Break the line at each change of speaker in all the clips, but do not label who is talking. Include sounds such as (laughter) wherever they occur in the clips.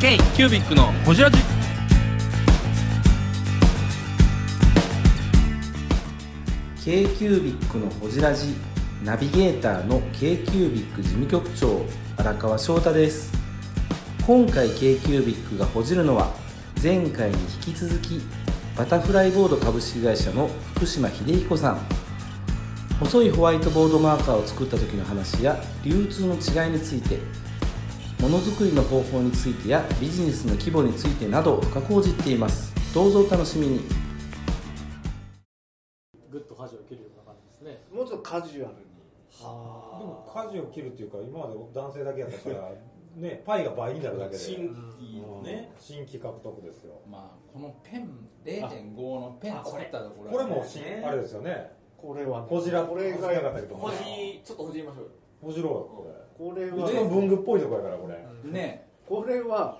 ケイキュービックのホジラジ
ケイキュービックのほじラジナビゲーターのケイキュービック事務局長荒川翔太です。今回 k イキュービックがほじるのは前回に引き続きバタフライボード株式会社の福島秀彦さん細いホワイトボードマーカーを作った時の話や流通の違いについてものづくりの方法についてやビジネスの規模についてなどを深く応じていますどうぞお楽しみに
グッと舵を切るような感じですね。
もうちょっとカジュアルに
は
でも舵を切るっていうか今まで男性だけやったからねパイが倍になるだけで
新規のね、
新規獲得ですよ
まあこのペン0.5のペン
あ
作ったところ
これも新あれですよね
これはね、
こじら
これが
こじらかったけども
こじ
ね
ちょっとほじりましょうよ
こじろうよ
これ
これうちの
は
文具っぽいとこやからこれ
ね
これは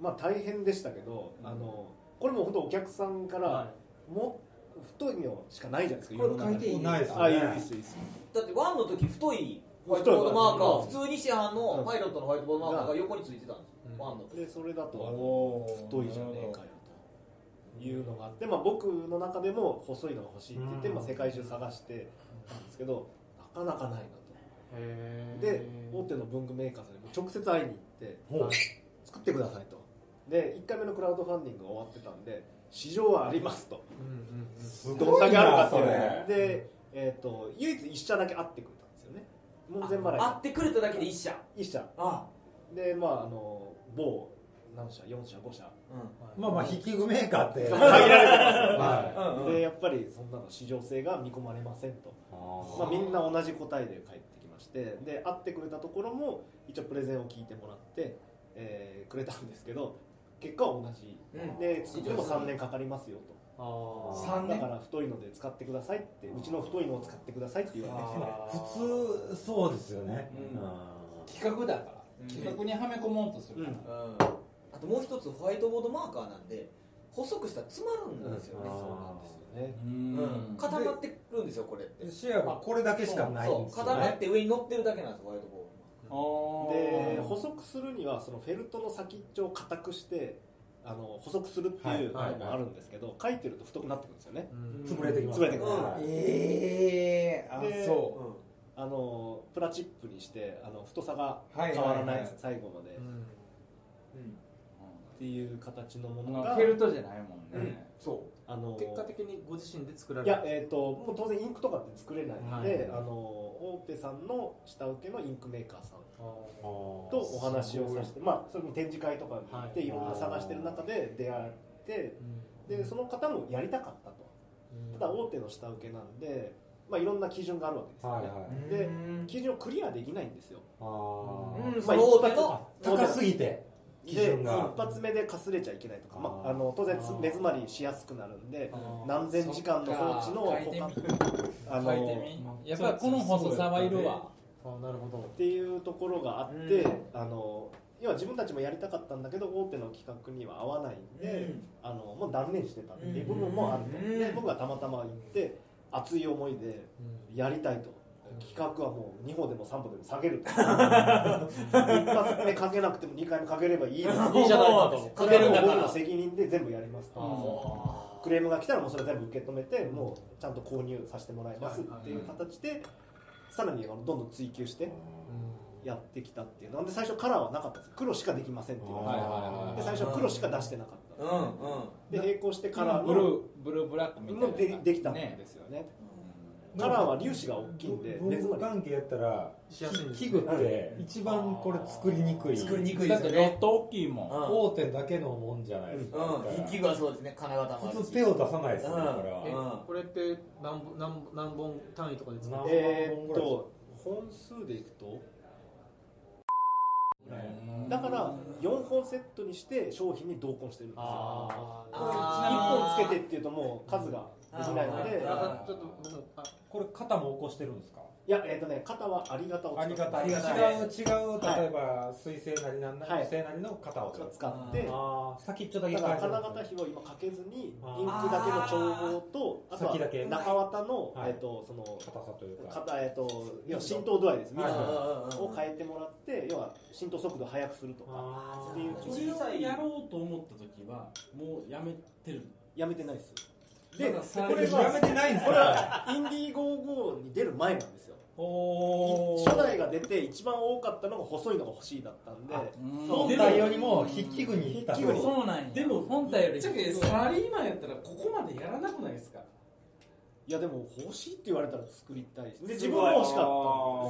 まあ大変でしたけど、あのこれも本当お客さんから、
は
もう太いのしかないじゃないですか
これ書いていい
ないです
ああいう
よ
いいっ
ね
すいいっす
だってワンの時太いホワイトボードマーカーは普通に市販のパイロットのホワイトボードマーカーが横についてたんです
うん
よワンの時
でそれだと
太
太いじゃねえかよ
いいうのがあって、
でまあ僕の中でも細いのが欲しいって言って、
うん
まあ、世界中探してたんですけどなかなかないなとで
で、
大手の文具メーカーさんにも直接会いに行って
ほう
作ってくださいとで1回目のクラウドファンディングが終わってたんで市場はありますと
うんうん
す
どんだけあるかっていう
ごいな
の
それ
で、えっと唯一一社だけ会ってくれたんですよね門前払い
あ
さ
会ってくれただけで一社
ん一社
あ
でまああの某何社4社5社
まあまあ引き具メーカーって
限られてますよ
は
うんうん
でやっぱりそんなの市場性が見込まれませんと、
いあ
まあ、みんな同じ答えで帰ってきましてで会ってくれたところも一応プレゼンを聞いてもらって、えーくれたんですけど結果は同じ、
うん
で作っても3年かかりますよと
あー
3
だ
年
から太いので使ってくださいってうちの太いのを使ってくださいって言われて
あー
普通そうですよね
うん
あー
企画だから、企画にはめ込もうとするから、
うん
うんあともう一つホワイトボードマーカーなんで細くしたら詰まるんですよね
うん
そう
すよね
うん
うん固まってくるんですよこれって
でシェアがこれだけしかないん
そう
ですよ
固まっ
ね
て上に乗ってるだけなんですホワイトボ
あー
ード
で細くするにはそのフェルトの先っちょを硬くしてあの細くするっていうの
はいはい
もあるんですけど、書いてると太くなってくるんですよね
うん
潰れてきます
潰れてきます
はい
ええあ
で
そ
あのプラチップにしてあの太さが
はい
変わらない,、
はいはい
最後まで、
う
っ
ん
ていう形のも
う、
の
まあ
が
フェルトじゃないもんね、
あの
結果的にご自身で作ら
い
れ
や
る
えー、ともう当然インクとかって作れないので、
はい
あの大手さんの下請けのインクメーカーさん
あー
とお話をさせて、まあ、それも展示会とかに行って、
はい
い、ろんな探してる中で出会って
うん
でその方もやりたかったと。
うん
ただ大手の下請けなんで、まあ、いろんな基準があるわけですよ
はい
ね、
は
うん
い
で基準をクリアできないんですよ
あー
うん
ま
そ
あ
の大手の
高すぎて基
で
準
一
が
発目でかすれちゃいけないとかまあ、
あー
あの当然
あー
目詰まりしやす一発目でかすれちゃいけないとかまああの当然目詰まりしやすくなるん
あー
書いてみ
で何千時間の放置のあ
書いて
の
みやっぱりこの細さはいるわ
あーなるほど
っていうところがあって、あの要は自分たちもやりたかったんだけど大手の企画には合わないんで、あのもう断念してたっていう部分もあると、
うん
で僕がたまたま行って熱い思いで
うん
やりたいと企画はもう2歩でも3歩でも下げると一発目かけなくても2回目かければいいです (laughs)
いいじゃないかと
かける僕の責任で全部やります
あー
クレームが来たらもうそれ全部受け止めてもうちゃんと購入させてもらいますっていう形でさらにどんどん追求してやってきたっていうなんで最初カラーはなかったんです黒しかできませんっていう
はいはいはい
で最初黒しか出してなかった
うんうん
で並行してカラー
ブル
の
ーブルーブラックみたいな
もでできたん
ね
ですよねカラーは粒子が大きいんで目
文
詰ま
化
り
関係やったら
しやすいんです
器具って一番これ作りにくい
作りにくいで
だっ
すよ
てロ
ね
ット大きいもん、
うん
大手だけのもんじゃないですか、だ
うん
から
器具はそうですね金型もある
普
し
通手を出さないですよね、
うん
これ
え
は
うん
これって何本何本何本単位とかで作る
何
え
本
ーっ
ぐらいです
と本数でいくと
うん
だから4本セットにして商品に同梱してるんですよ
あー
あ
1本つけてっていうともう数が
ー
できないので、
あちょっと僕もあ
これ肩も起こしてるんですか
いや、えっ、とね、肩はありがたを使っ
あ
て
りがたい違う
は
違う
はい
例えば水星なりなんなり
はい
星なりの肩を
い使って、
ああ先っちょだけ
だ
変
から
えて
金
る
型費を今かけずに、インク
あー
だけの調合と、あとは
先だけ
中綿の、
はい
えっ、と、その、
硬さというか
肩、えっ、と、要は浸透度合いです、
はい
水
は
の
うんうんう
を
ん
変えてもらって、要は浸透速度を速くするとか、
あ
っていう
ー
それをやろうと思った時はもうやめてる
やめてないです。で、
まださ
これは
やめてないんです
これ
か
はインディーゴーゴーに出る前なんですよ
おー
初代が出て一番多かったのが細いのが欲しいだったんで
本体よりも筆記具に
筆記具に
そうなんや
でも
本体より
じゃけサラリーマンやったらここまでやらなくないですか
いやでも欲しいって言われたら作りたいしで自分も欲しかっ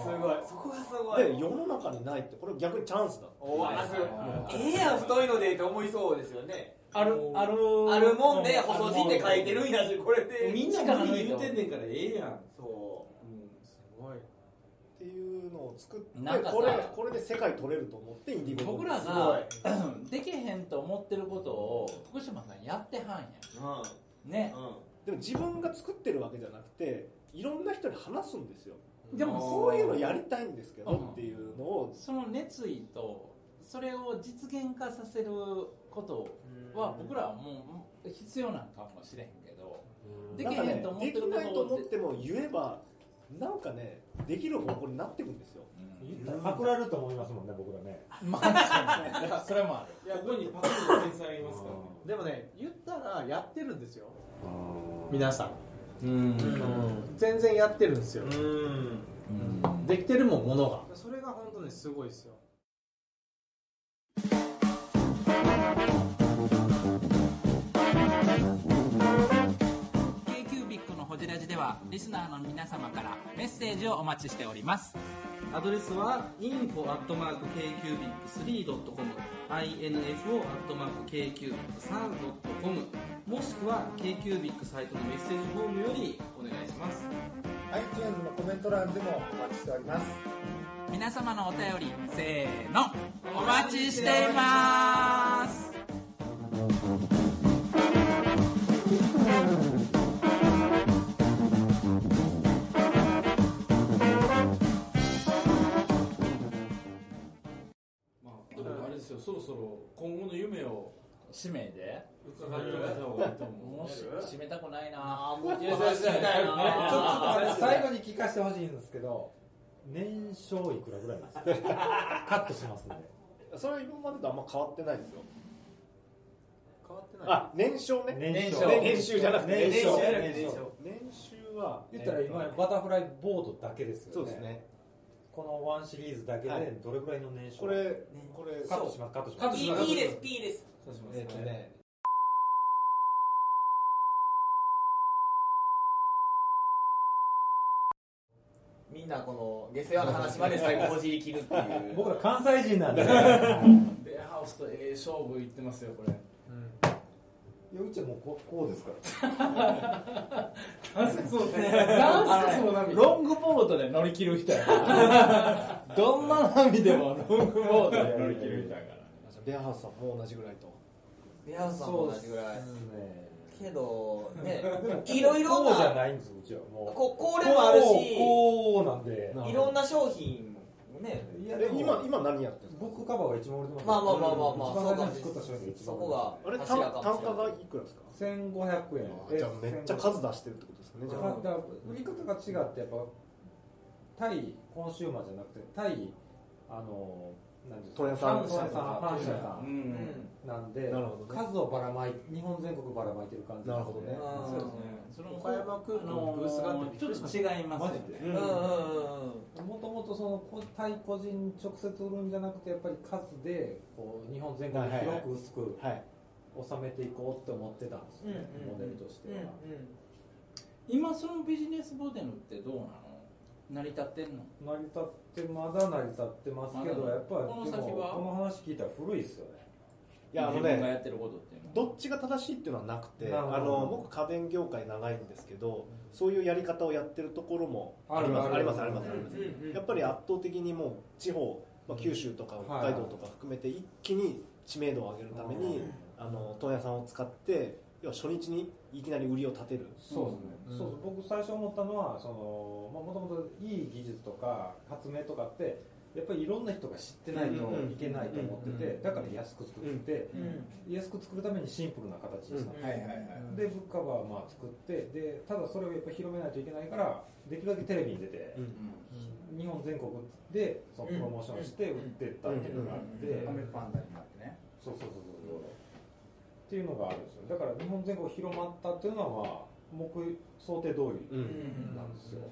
すごいそこがすご
たで
い
世の中にないってこれ逆にチャンスだ
おわすごいええやん太いのでって思いそうですよね
あるある
あるもんで細字って書いてるんやしこれで
みんなが言うてんねんからええやん
そ
すごい
っていうのを作って
なんかさ
これこれで世界取れると思ってインディーゴーゴ
僕
ー
ら
うすごい
ができへんと思ってることを福島さんやってはんや
う
ね
んうん
でも自分が作ってるわけじゃなくていろんな人に話すんですよ
でも
こういうの
や
やりたいんですけどっていうのを
その熱意とそれを実現化させることは僕らはもう必要なんかもしれへんけどでき
なんか
へん
ね
と思って
で
る
き
こと
ないと思
を
っても言えばなんかねできる方向になってくんですよ
うん
言ったらパクられると思いますもんね僕らね
まあそうねそれもある
いやここにパクリの天才がいますからね
でもね言ったらやってるんですよ皆さんうん全然やってるんですよできてるもんものがそれが本当にすごいですよ
k ー b i c のホジラジではリスナーの皆様からメッセージをお待ちしております
アドレスは info.kcubic3.com info.kcubic3.com もしくは KQBIC サイトのメッセージフォームよりお願いします
iTunes のコメント欄でもお待ちしております
皆様のお便りせーのお待ちしています
まあでもあれですよそろそろ今後の夢を
使命で
伺っておいた方がいいと思う
もうし締めたくないな
ああもう
やいやいや
知りたいな
ちょっとちょっとあれ
あ
です
最後に聞かせてほしいんですけど年商いくらぐらいですかカットしますんで
それは今までとあんま変わってないですよ
変わってない
あ年商ね
年
商
ね年収じゃなくて
年
年
商
商
年商
年収は
言ったら今
えっと
バタフライボードだけですよね
そうですね
このワンシリーズだけ
は
で
い
どれぐらいの年商
これこれ
カットしますカットし
カッ
ま
ト
す
し
ー P です P です
そうします
えっとね
みんなこの下世話の話まで最後ほじり切るっていう
僕ら関西人なんでい
ベアハウスとええ勝負いってますよこれ
やうちはもうここうですから
何すかその何すかその波
ロングボードで乗り切る人やから
(laughs)
どんな波でもロングボードで乗り切る人やから
ベアハウスさんも同じぐらいと
ベアハウスさんも同じぐらい
ね
けどねい
い
ろいろ
こうじゃ
な
ないんですうちはもう
ここれもあるし
こうこうなんで
いろんな商品ね
いや
え
でも
今今何やってるんです
ブックカバーが一番売れてます
まあまあまあまあまあ
一番
そ
最
うかも
初に作った商品が一
そ
番
こ
かあ
が
れ単
柱かもしれない
単価がいくらですか
1500円
じゃあめっちゃ数出してるってことですかねじゃあ
だから売り方が違ってやっぱ対コンシューマーじゃなくて対あのなんていうんですか
トレンサー
パンシャさんパンシャさ
うん
うん
ん
なんで
なるほどね
数をばらまい日本全国ばらまいてる感じんで
なるほどね
うん
そうです
それも
岡山空港のブースがあってびっくりしまし
ち
た
ょっと違いますよ
マ
ね
ジで
うんうんうんうん
もともとそのこ対個人直接売るんじゃなくてやっぱり数でこう日本全国
はいはいはい
広く薄く
はい
収めていこうって思ってたんですよね
うんうん
モデルとしては
今そのビジネスモデルってどうなの成り立ってんの
成り立ってまだ成り立ってますけど
まだ
やっぱり
この先は
でもこの話聞いたら古いですよね
いやあの
自分が
ね
やってることっていうのは
どっちが正しいっていうのはなくて
な
あ
るほど
の僕家電業界長いんですけどそういうやり方をやってるところも
あ
あ
る
ります
あ
あ
る
りますありますありますやっぱり圧倒的にもう地方、まあ、九州とか
はい
北海道とか含めて一気に知名度を上げるために、あの問屋さんを使って要は初日にいきなり売りを立てる
そうですね、そうそう僕最初思ったのはそのもともといい技術とか発明とかってやっぱりいろんな人が知ってないといけないと思っててだから安く作って安く作るためにシンプルな形にしたんですよ
はいはい
でブックカバーまあ作ってでただそれをやっぱ広めないといけないからできるだけテレビに出て、日本全国でそのプロモーションして売ってったっていうのがあって、
アメパンダになってね
そうそうそうそうっていうのがあるんですよだから日本全国広まったっていうのはまあ僕想定通りなんですよ、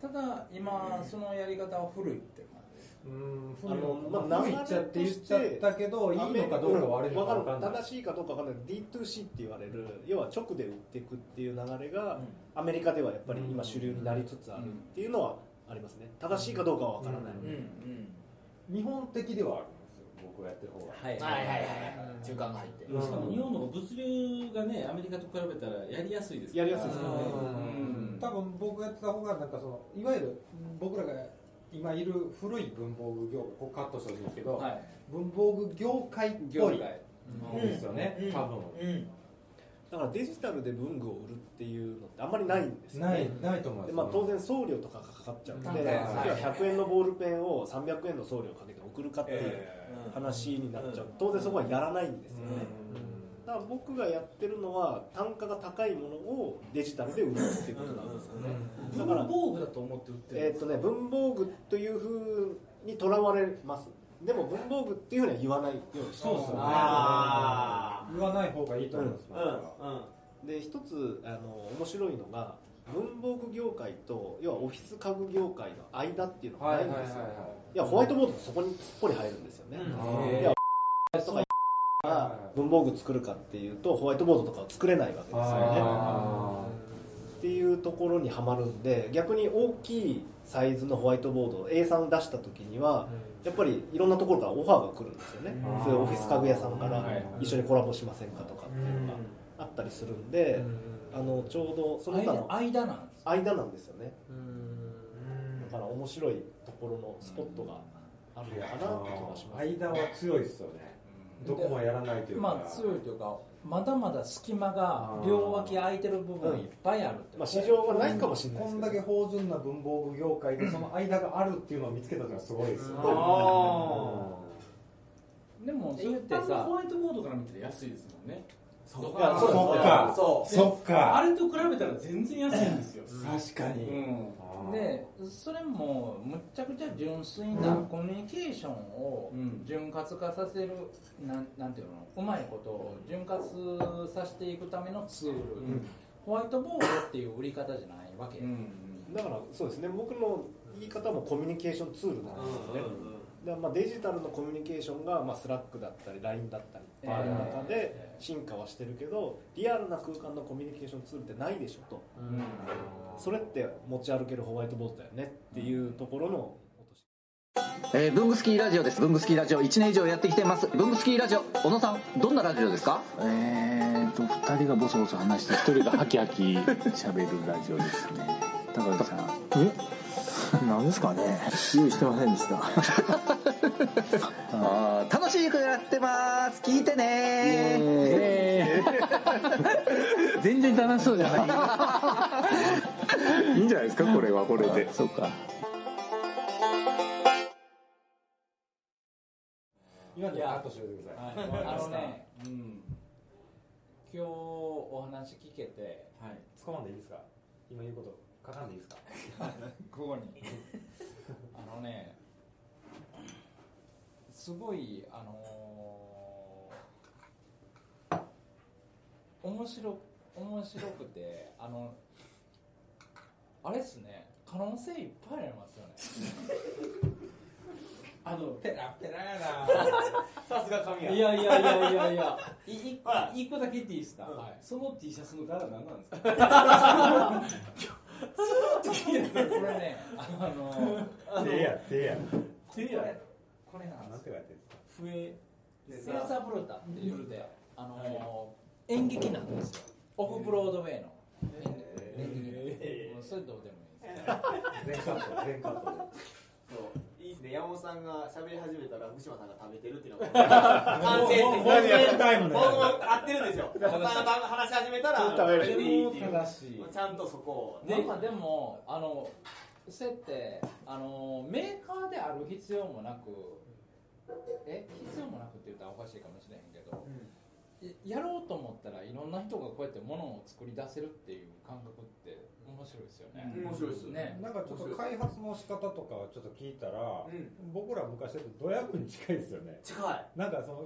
ただ今そのやり方は古いって感
うん、うん、
あの
ま
まあ
あ、言っちゃって言っちゃったけどいいのかどうか悪いのか分かんない、
正しいかどうか分かんない D2C って言われる要は直で売っていくっていう流れがアメリカではやっぱり今主流になりつつあるっていうのはありますね正しいかどうかは分からない、
うんうん
日本的ではあるんですよ僕がやってる方が
はいはいはいはい中間が入って
うん
る
しかも日本の方が物流がねアメリカと比べたらやりやすいです
やりやすいですよね
うん
多分僕がやってた方がなんかそのいわゆる僕らが今いる古い文房具業こうカットしてほしいんですけど、
はい
文房具業界っぽい
うん
ですよね、
うん
多分、
うん
だからデジタルで文具を売るっていうのってあんまりないんですよね
ないないと思います
でまあ、当然送料とかがかかっちゃうので、
うん
は100円のボールペンを300円の送料かけて送るかっていう話になっちゃう、当然そこはやらないんですよね、だから僕がやってるのは単価が高いものをデジタルで売るっていうことなんですよね、だから
文房具だと思って売ってる
えーっとね、文房具というふうにとらわれますでも文房具っていうふうには言わないようにして
そう
ま
ですすよね
あ
言わない方がいいと思います、
うんで一つあの面白いのが文房具業界と要はオフィス家具業界の間っていうのがないんですよ、いやホワイトボードってそこにすっぽり入るんですよね、
へー
いやとかが文房具作るかっていうとホワイトボードとかは作れないわけですよね
あ
っていうところにはまるんで逆に大きいサイズのホワイトボードを A さん出した時にはやっぱりいろんなところからオファーが来るんですよね
うん
そういうオフィス家具屋さんから
はいはい
一緒にコラボしませんかとかっていうのがあったりするんで、あのちょうどその他の
じ間なんです
間なんですよねだから面白いところのスポットがあるのかなって気がし
あ
ます
間は強いですよねどこもやらないというか
まあ強いというかまだまだ隙間が両脇空いてる部分いっぱいあるってこと、
まあ、市場はないかもしれないで
こ
す
ん
け
だ
ど
け芳醇な文房具業界でその間があるっていうのを見つけたのがすごいですよね、
あ
でもそれっ
一
て
般のホ
さ
ワイトボードから見たら安いですもんね
そう
ど
いや
か
そうです
そっか
そ
そっ
あ
か
れと比べたら全然安いんですよ
確か
う
に、
ん
あー
でそれもむっちゃくちゃ純粋なコミュニケーションを
うん
潤滑化させるなんなんていうのうまいことを潤滑させていくためのツール、
ん
ホワイトボードっていう売り方じゃないわけ、
うん
だからそうですね僕の言い方もコミュニケーションツールなんですよね、だからまあデジタルのコミュニケーションがまあスラックだったり LINE だったりいっぱいある中で進化はしてるけどリアルな空間のコミュニケーションツールってないでしょとそれって持ち歩けるホワイトボードだよねっていうところの落とし
えー、ブングスキーラジオです。ブングスキーラジオ1年以上やってきてます。ブングスキーラジオ、小野さん、どんなラジオですか
えーと2人がボソボソ話して1人がハキハキ喋るラジオですね高橋さんえなんですかね用意してませんで (laughs) した
あー楽しい曲やってます。聞いてねー。 (laughs)
全然楽しそうじ
(laughs)
ゃないいいんじゃないですかこれはこれでそうか
今のでカットしておいてください
はいあのね、うん、今日お話聞けて
(laughs)
はい
使わんでいいですか今言うこと書かんでいいですか
ここにあのねすごいあのー面白面白くてあのあれっすね可能性いっぱいありますよね
あの
ペラペラや
さすが神
い
谷
やいやいやいやいやいい
は
一個だけ言っていいですか、
はい
その T シャツの柄何なんですか
これねあの
手や手や
手や
これなんです
なん
よ
て書いてるんですか
笛
センサーブルータって言って、あのー演劇なんですよ。オフブロードウェイの演劇。もうそれどうでもいいです。
全カット全カットで
そういい
で山本さんが喋り始めたら福島さんが食べてるっていうのが
も
完
う
成
もうもうリアルタイムだよ
僕も合ってるんですよ山本さんが話し始めたら
食べれる
食べていいってい
も
う
う正しい
ちゃんとそこを
ででもあのそうやってあのメーカーである必要もなくえ必要もなくって言ったらおかしいかもしれへんけど、いやろうと思ったらいろんな人がこうやってものを作り出せるっていう感覚って面白いですよね、ね
なんかちょっと開発の仕方とかちょっと聞いたら、僕ら昔だとドヤ分に近いですよね
近い
なんかその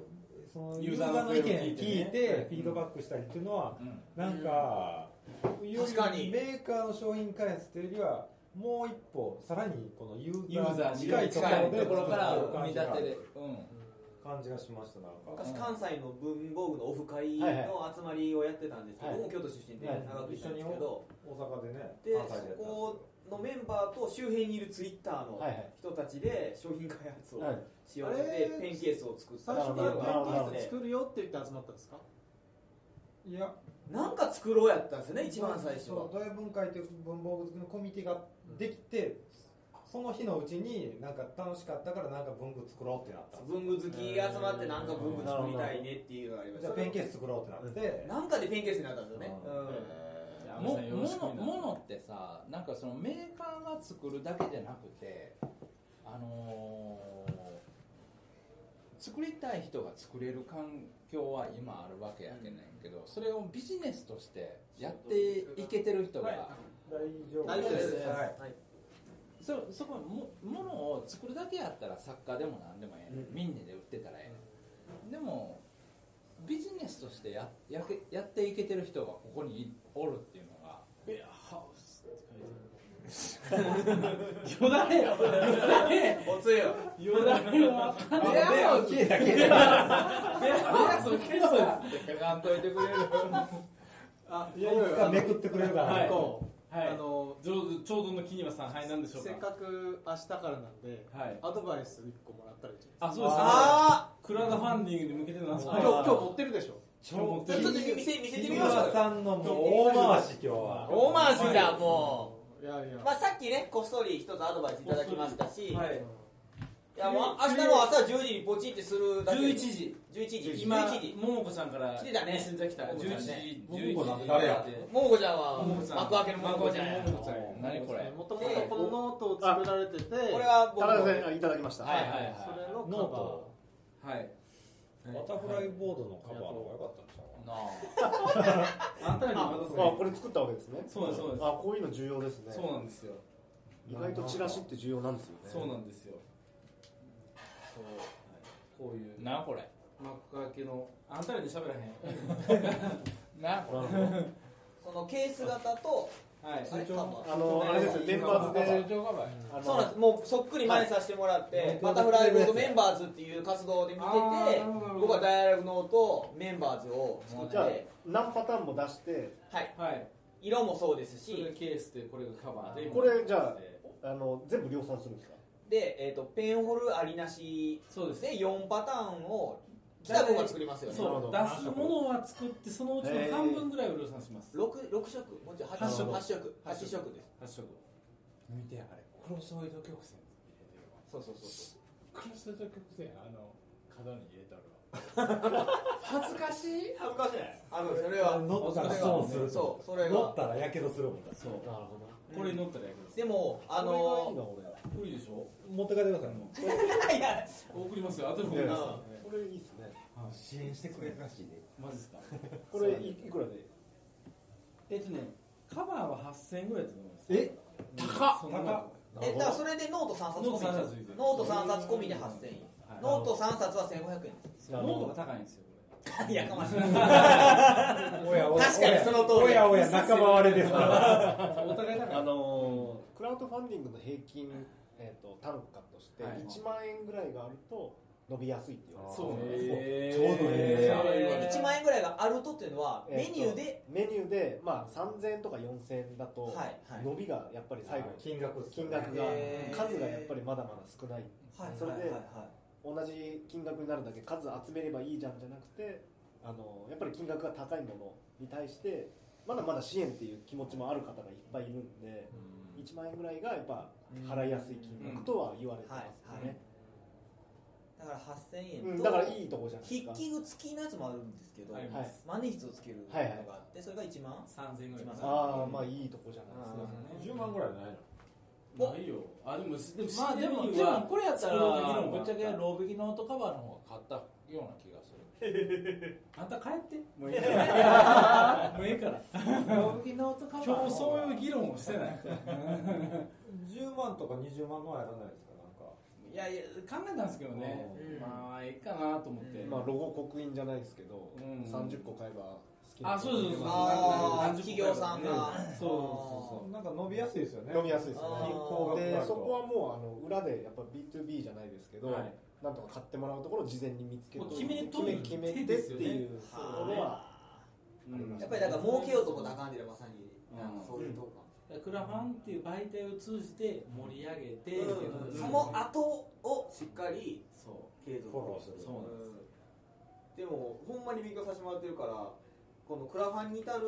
その
ユー
ユー
ザ
ザ
ー
ー
の
の
意
意
見
見
を聞いて
聞いてフィードバックしたりっていうのは、なんか、より
確かに
メーカーの商品開発というよりはもう一歩さらにこのユ
ユ
ー
ーザ
ザー
ー
に
に
近いところで
近いところから
作ってる感じが
見立てで
感じがしましたなんか
昔関西の文房具のオフ会
はいはい
の集まりをやってたんですけど、
はい
僕も京都出身で
はい
長くいたんですけど、
大阪でね
で
関西でやっ
そ
た
このメンバーと周辺にいるツイッターの
はいはい
人たちで商品開発を
はい
しようとして、
あれ
ペンケースを作った
最
って
初
いう
か
の
ら
が
ペン
あっ
ケース
て
作るよって言って集まったんですか
いや
なんか作ろうやったんですよね一番最初
そうドヤ文化という文房具好きのコミュニティができて、その日のうちになんか楽しかったからなんか文具作ろうってなった
文具好きが集まってなんか文具作りたいねっていうのがありまし
じゃ
た
あペンケース作ろうってなって、
なんかでペンケースになったんですよね、
もものものってさなんかそのメーカーが作るだけじゃなくてあのー作りたい人が作れる環境は今あるわけやけないけど、それをビジネスとしてやっていけてる人が、
大丈夫
大丈夫です
はい
はい
そそこもものを作るだけやったら作家でも何でもええ、
うん
ミンネで売ってたらええ、でもビジネスとしてややけやっていけてる人がここにいおるっていうのがベアハウスって書いてるよだれよだれ
おつゆ
よだれはベアハウスだけベアハウスケロスって書かんといてくれる
あ
いやいやいやめくってくれるから
はい
結構
はいあの
上手ちょうどの木にはさんはい何でしょう
せっ
か
かく明日からなんで、
はい
アドバイス1個もらったらいいじゃない
あそうですね
あ
クラウドファンディングに向けての話
今日今日持ってるでしょ
ちょ
ちょっと見せ見せてみましょうよ
さんのもう大回し今日は
大回しだも
いやいや
う、まあ、さっきねこっそり一つアドバイスいただきましたし、
はい
いやもう明日の朝10時にポチってするだけ
11時
11時
今
11時
ももこちゃんから
来てたね
メッセージが来た
ももこちゃ
11
ん
時
ね
11
ももこなん
時
て誰や
ももこちゃん
も
は
もこちゃん
幕開けのももこちゃんや
幕開けのももこちゃんや何これ
もともとこのノートを作られてて
これは僕
高田
の
さんいただきました、
はいはいは
そ
い
れのカ
ノート
はい
バタフライボードのカバーの方が良かったんでしょ
なあ
う
あんたらに渡す
あこれ作ったわけですね
そうですそうです
あこういうの重要ですね
そうなんですよ
意外とチラシって重要なんですよね
そうなんですよそうこういう
なあこれ
幕開けのあんたらで喋らへん
なあこれ
(laughs)
そのケース型と
はい
あれカバー
あのあれですよ電波図であの
そうなんですもうそっくり真似させてもらって、バタフライボードメンバーズっていう活動で見てて
あーなるほどなるほど
僕はダイアログノートメンバーズを作って
じゃあ何パターンも出して
はい
はい
色もそうです
それが
し
ケースでこれがカバーで
これじゃあの全部量産するんですか
で、えー、とペンホルありなし
そうです
で4パターンを来た分が作りますよね
そう出すものは作ってそのうちの半分ぐらいを量産します
六六色もうちょい八色八色八色です
発色
見てあれ黒ソイド曲線
そうそうそうそ
黒ソイド曲線あの角に入れたるわ恥ずかしいう
恥ずかしいあのそれは
乗ったら損すると
そうそれ
乗
が
ったらやけどするもんだ
そう
なるほど
これに乗ったらやるんです
でもあの
これがいい
これいいでしょ
持って帰ってくださいも
いや
送りますよ後で送
な
り
俺
ます
う
これいいですね
支援してくれるらしいね
マジですか
これいいくらで
えっとねカバーは8000円ぐらいだと思います
え
高っ
高
えだからそれでノート三冊込
ノー
み
ト三冊です
ノート三冊込みで八千円
はい
ノート三冊は千五百円で
ノートが高いんですよこ
すい (laughs) やかましい
おやおや
確かにその通り
おやおや仲間割れですから
れお互い高い
あのークラウドファンディングの平均、えー、と単価として
はい
1万円ぐらいがあると伸びやすいって言われて
そうなんです
へー
ちょうどいいね
一万円ぐらいがあるとっていうのは
えー
メ
と
ニューで
メニューで、まあ、3000円とか4000円だと、
はいはい
伸びがやっぱり最後
金額ですよ
金額
ね
が
へー
数がやっぱりまだまだ少ない
はい
それで
はいはいはい
同じ金額になるだけ数集めればいいじゃんじゃなくてあのやっぱり金額が高いものに対してまだまだ支援っていう気持ちもある方がいっぱいいるんで、 1万円ぐらいがやっぱ払いやすい金額とは言われてますね、
だから8000円と、
うんだからいいとこじゃないですか
筆記具付きのやつもあるんですけど、
あります
マネ筆をつけるのがあって、それが1万3000円ぐらい
ああまあいいとこじゃないですか、
10万ぐらいないの
ないよあでもでもまあでも
シ
で
ステムには
もこれやったら
ロー引きの方
ぶ
が
っちゃけロー引きのオートカバーの方が買ったような気がす
(laughs)
るあんた帰ってもういいからもういいからロー引きのオートカバーの方が
今日そういう議論をしてない
10万とか20万のはやらないですかなんか
いやいや考えたんですけどね
うん
まあいいかなと思って
まあロゴ刻印じゃないですけど、30個買えば好きな
あそうそうそうそう
あー企業さんが
そうそうそうなんか伸びやすいですよね
飲みやすいですね
あー人口
で
が増えると
そこはもうあの裏でやっぱ B2B じゃないですけど、
はい
なんとか買ってもらうところを事前に見つけて
もう決めとる
決め決めてっていうところは
やっぱりだから儲けようとこだかんでまさになんかそういうとこかも
クラファンっていう媒体を通じて盛り上げて、
うんその後をしっかり継続
フォローするそうなんです
でもほんまに勉強させてもらってるからこのクラファンに至る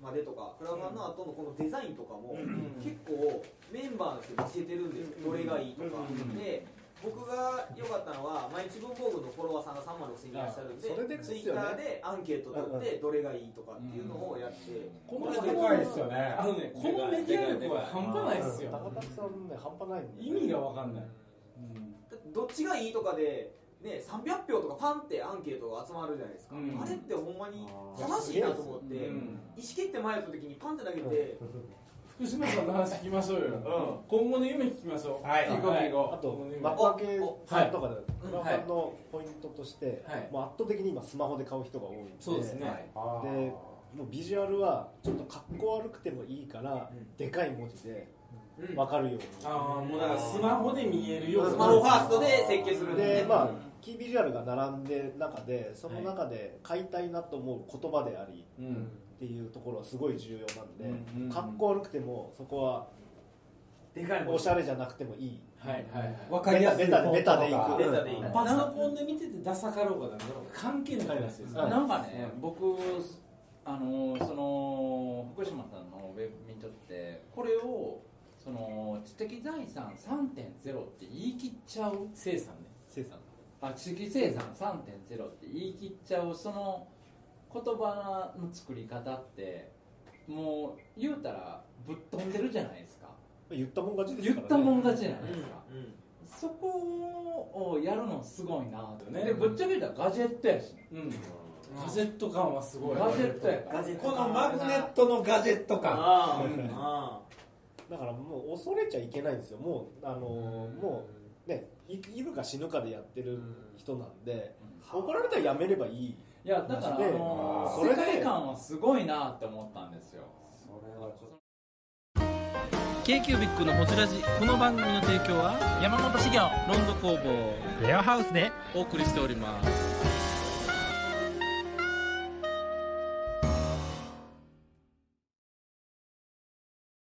までとかクラファンの後のこのデザインとかも結構メンバーの人に見せてるんですよどれがいいとか
うん
で僕が良かったのは毎日文房具のフォロワーさんが3万6000人いらっしゃるん
あそれ
で
でです
ツ
よ
イ
ね
ッターでアンケート取ってどれがいいとかっていうのをやって
この
れ
でかいっすよねあのねこのメディア力は半端ないっすよ
高田さんね半端ないんで
意味が分かんない、
だってどっちがいいとかで、ね、300票とかパンってアンケートが集まるじゃないですか、
うん
あれってほんまに正しいなと思って、
うん
意思決定前の時にパンって投げて、
福島さんの話聞きましょうよ、今後の夢聞きましょうはい
ああと幕開けさんとかでクラファンのポイントとして、もう圧倒的に今スマホで買う人が多いんで
そうですね
はいでもうビジュアルはちょっと格好悪くてもいいから、でかい文字で
うん
分かるように、
ああもうだからスマホで見えるよう
うん
に
ス
マホファーストで設計するんで
でまあキービジュアルが並んでる中でその中で買いたいなと思う言葉であり、
うん
っていうところはすごい重要なんで、
うんうん
格好悪くてもそこは
でかい文字
おしゃれじゃなくてもいい
はいはい
わかりやすい
ベタ
ベタでいく
ベタ
うん
パソコンで見ててダサかろうがダメだろうが関係ない話ですよ
うん
なんかね僕あのその福島さんのウェブ見とってこれをその知的財産3.0って言い切っちゃう生産ね
生産
あ知的生産3.0って言い切っちゃうその言葉の作り方ってもう言うたらぶっ飛んでるじゃないですか
言ったもん勝ちで
言
すから
っ
ね
たもん勝ちじゃないですか、そこをやるのすごいなとねでぶっちゃけたらガジェットやし、ガジェット感はすご
い
ガジェットやから
ガジェット
こ
感
のマグネッ
トのガジェット
感
あ
うん
だからもう恐れちゃいけないんですよもうあのもうねいいるか死ぬかでやってる人なんで、怒られたらやめればいい
いやだから、あ
で
の
それ
世
で
界観はすごいなって思ったんですよ
k q b i c のホジラジこの番組の提供は山本資源ロンド工房レアハウスでお送りしております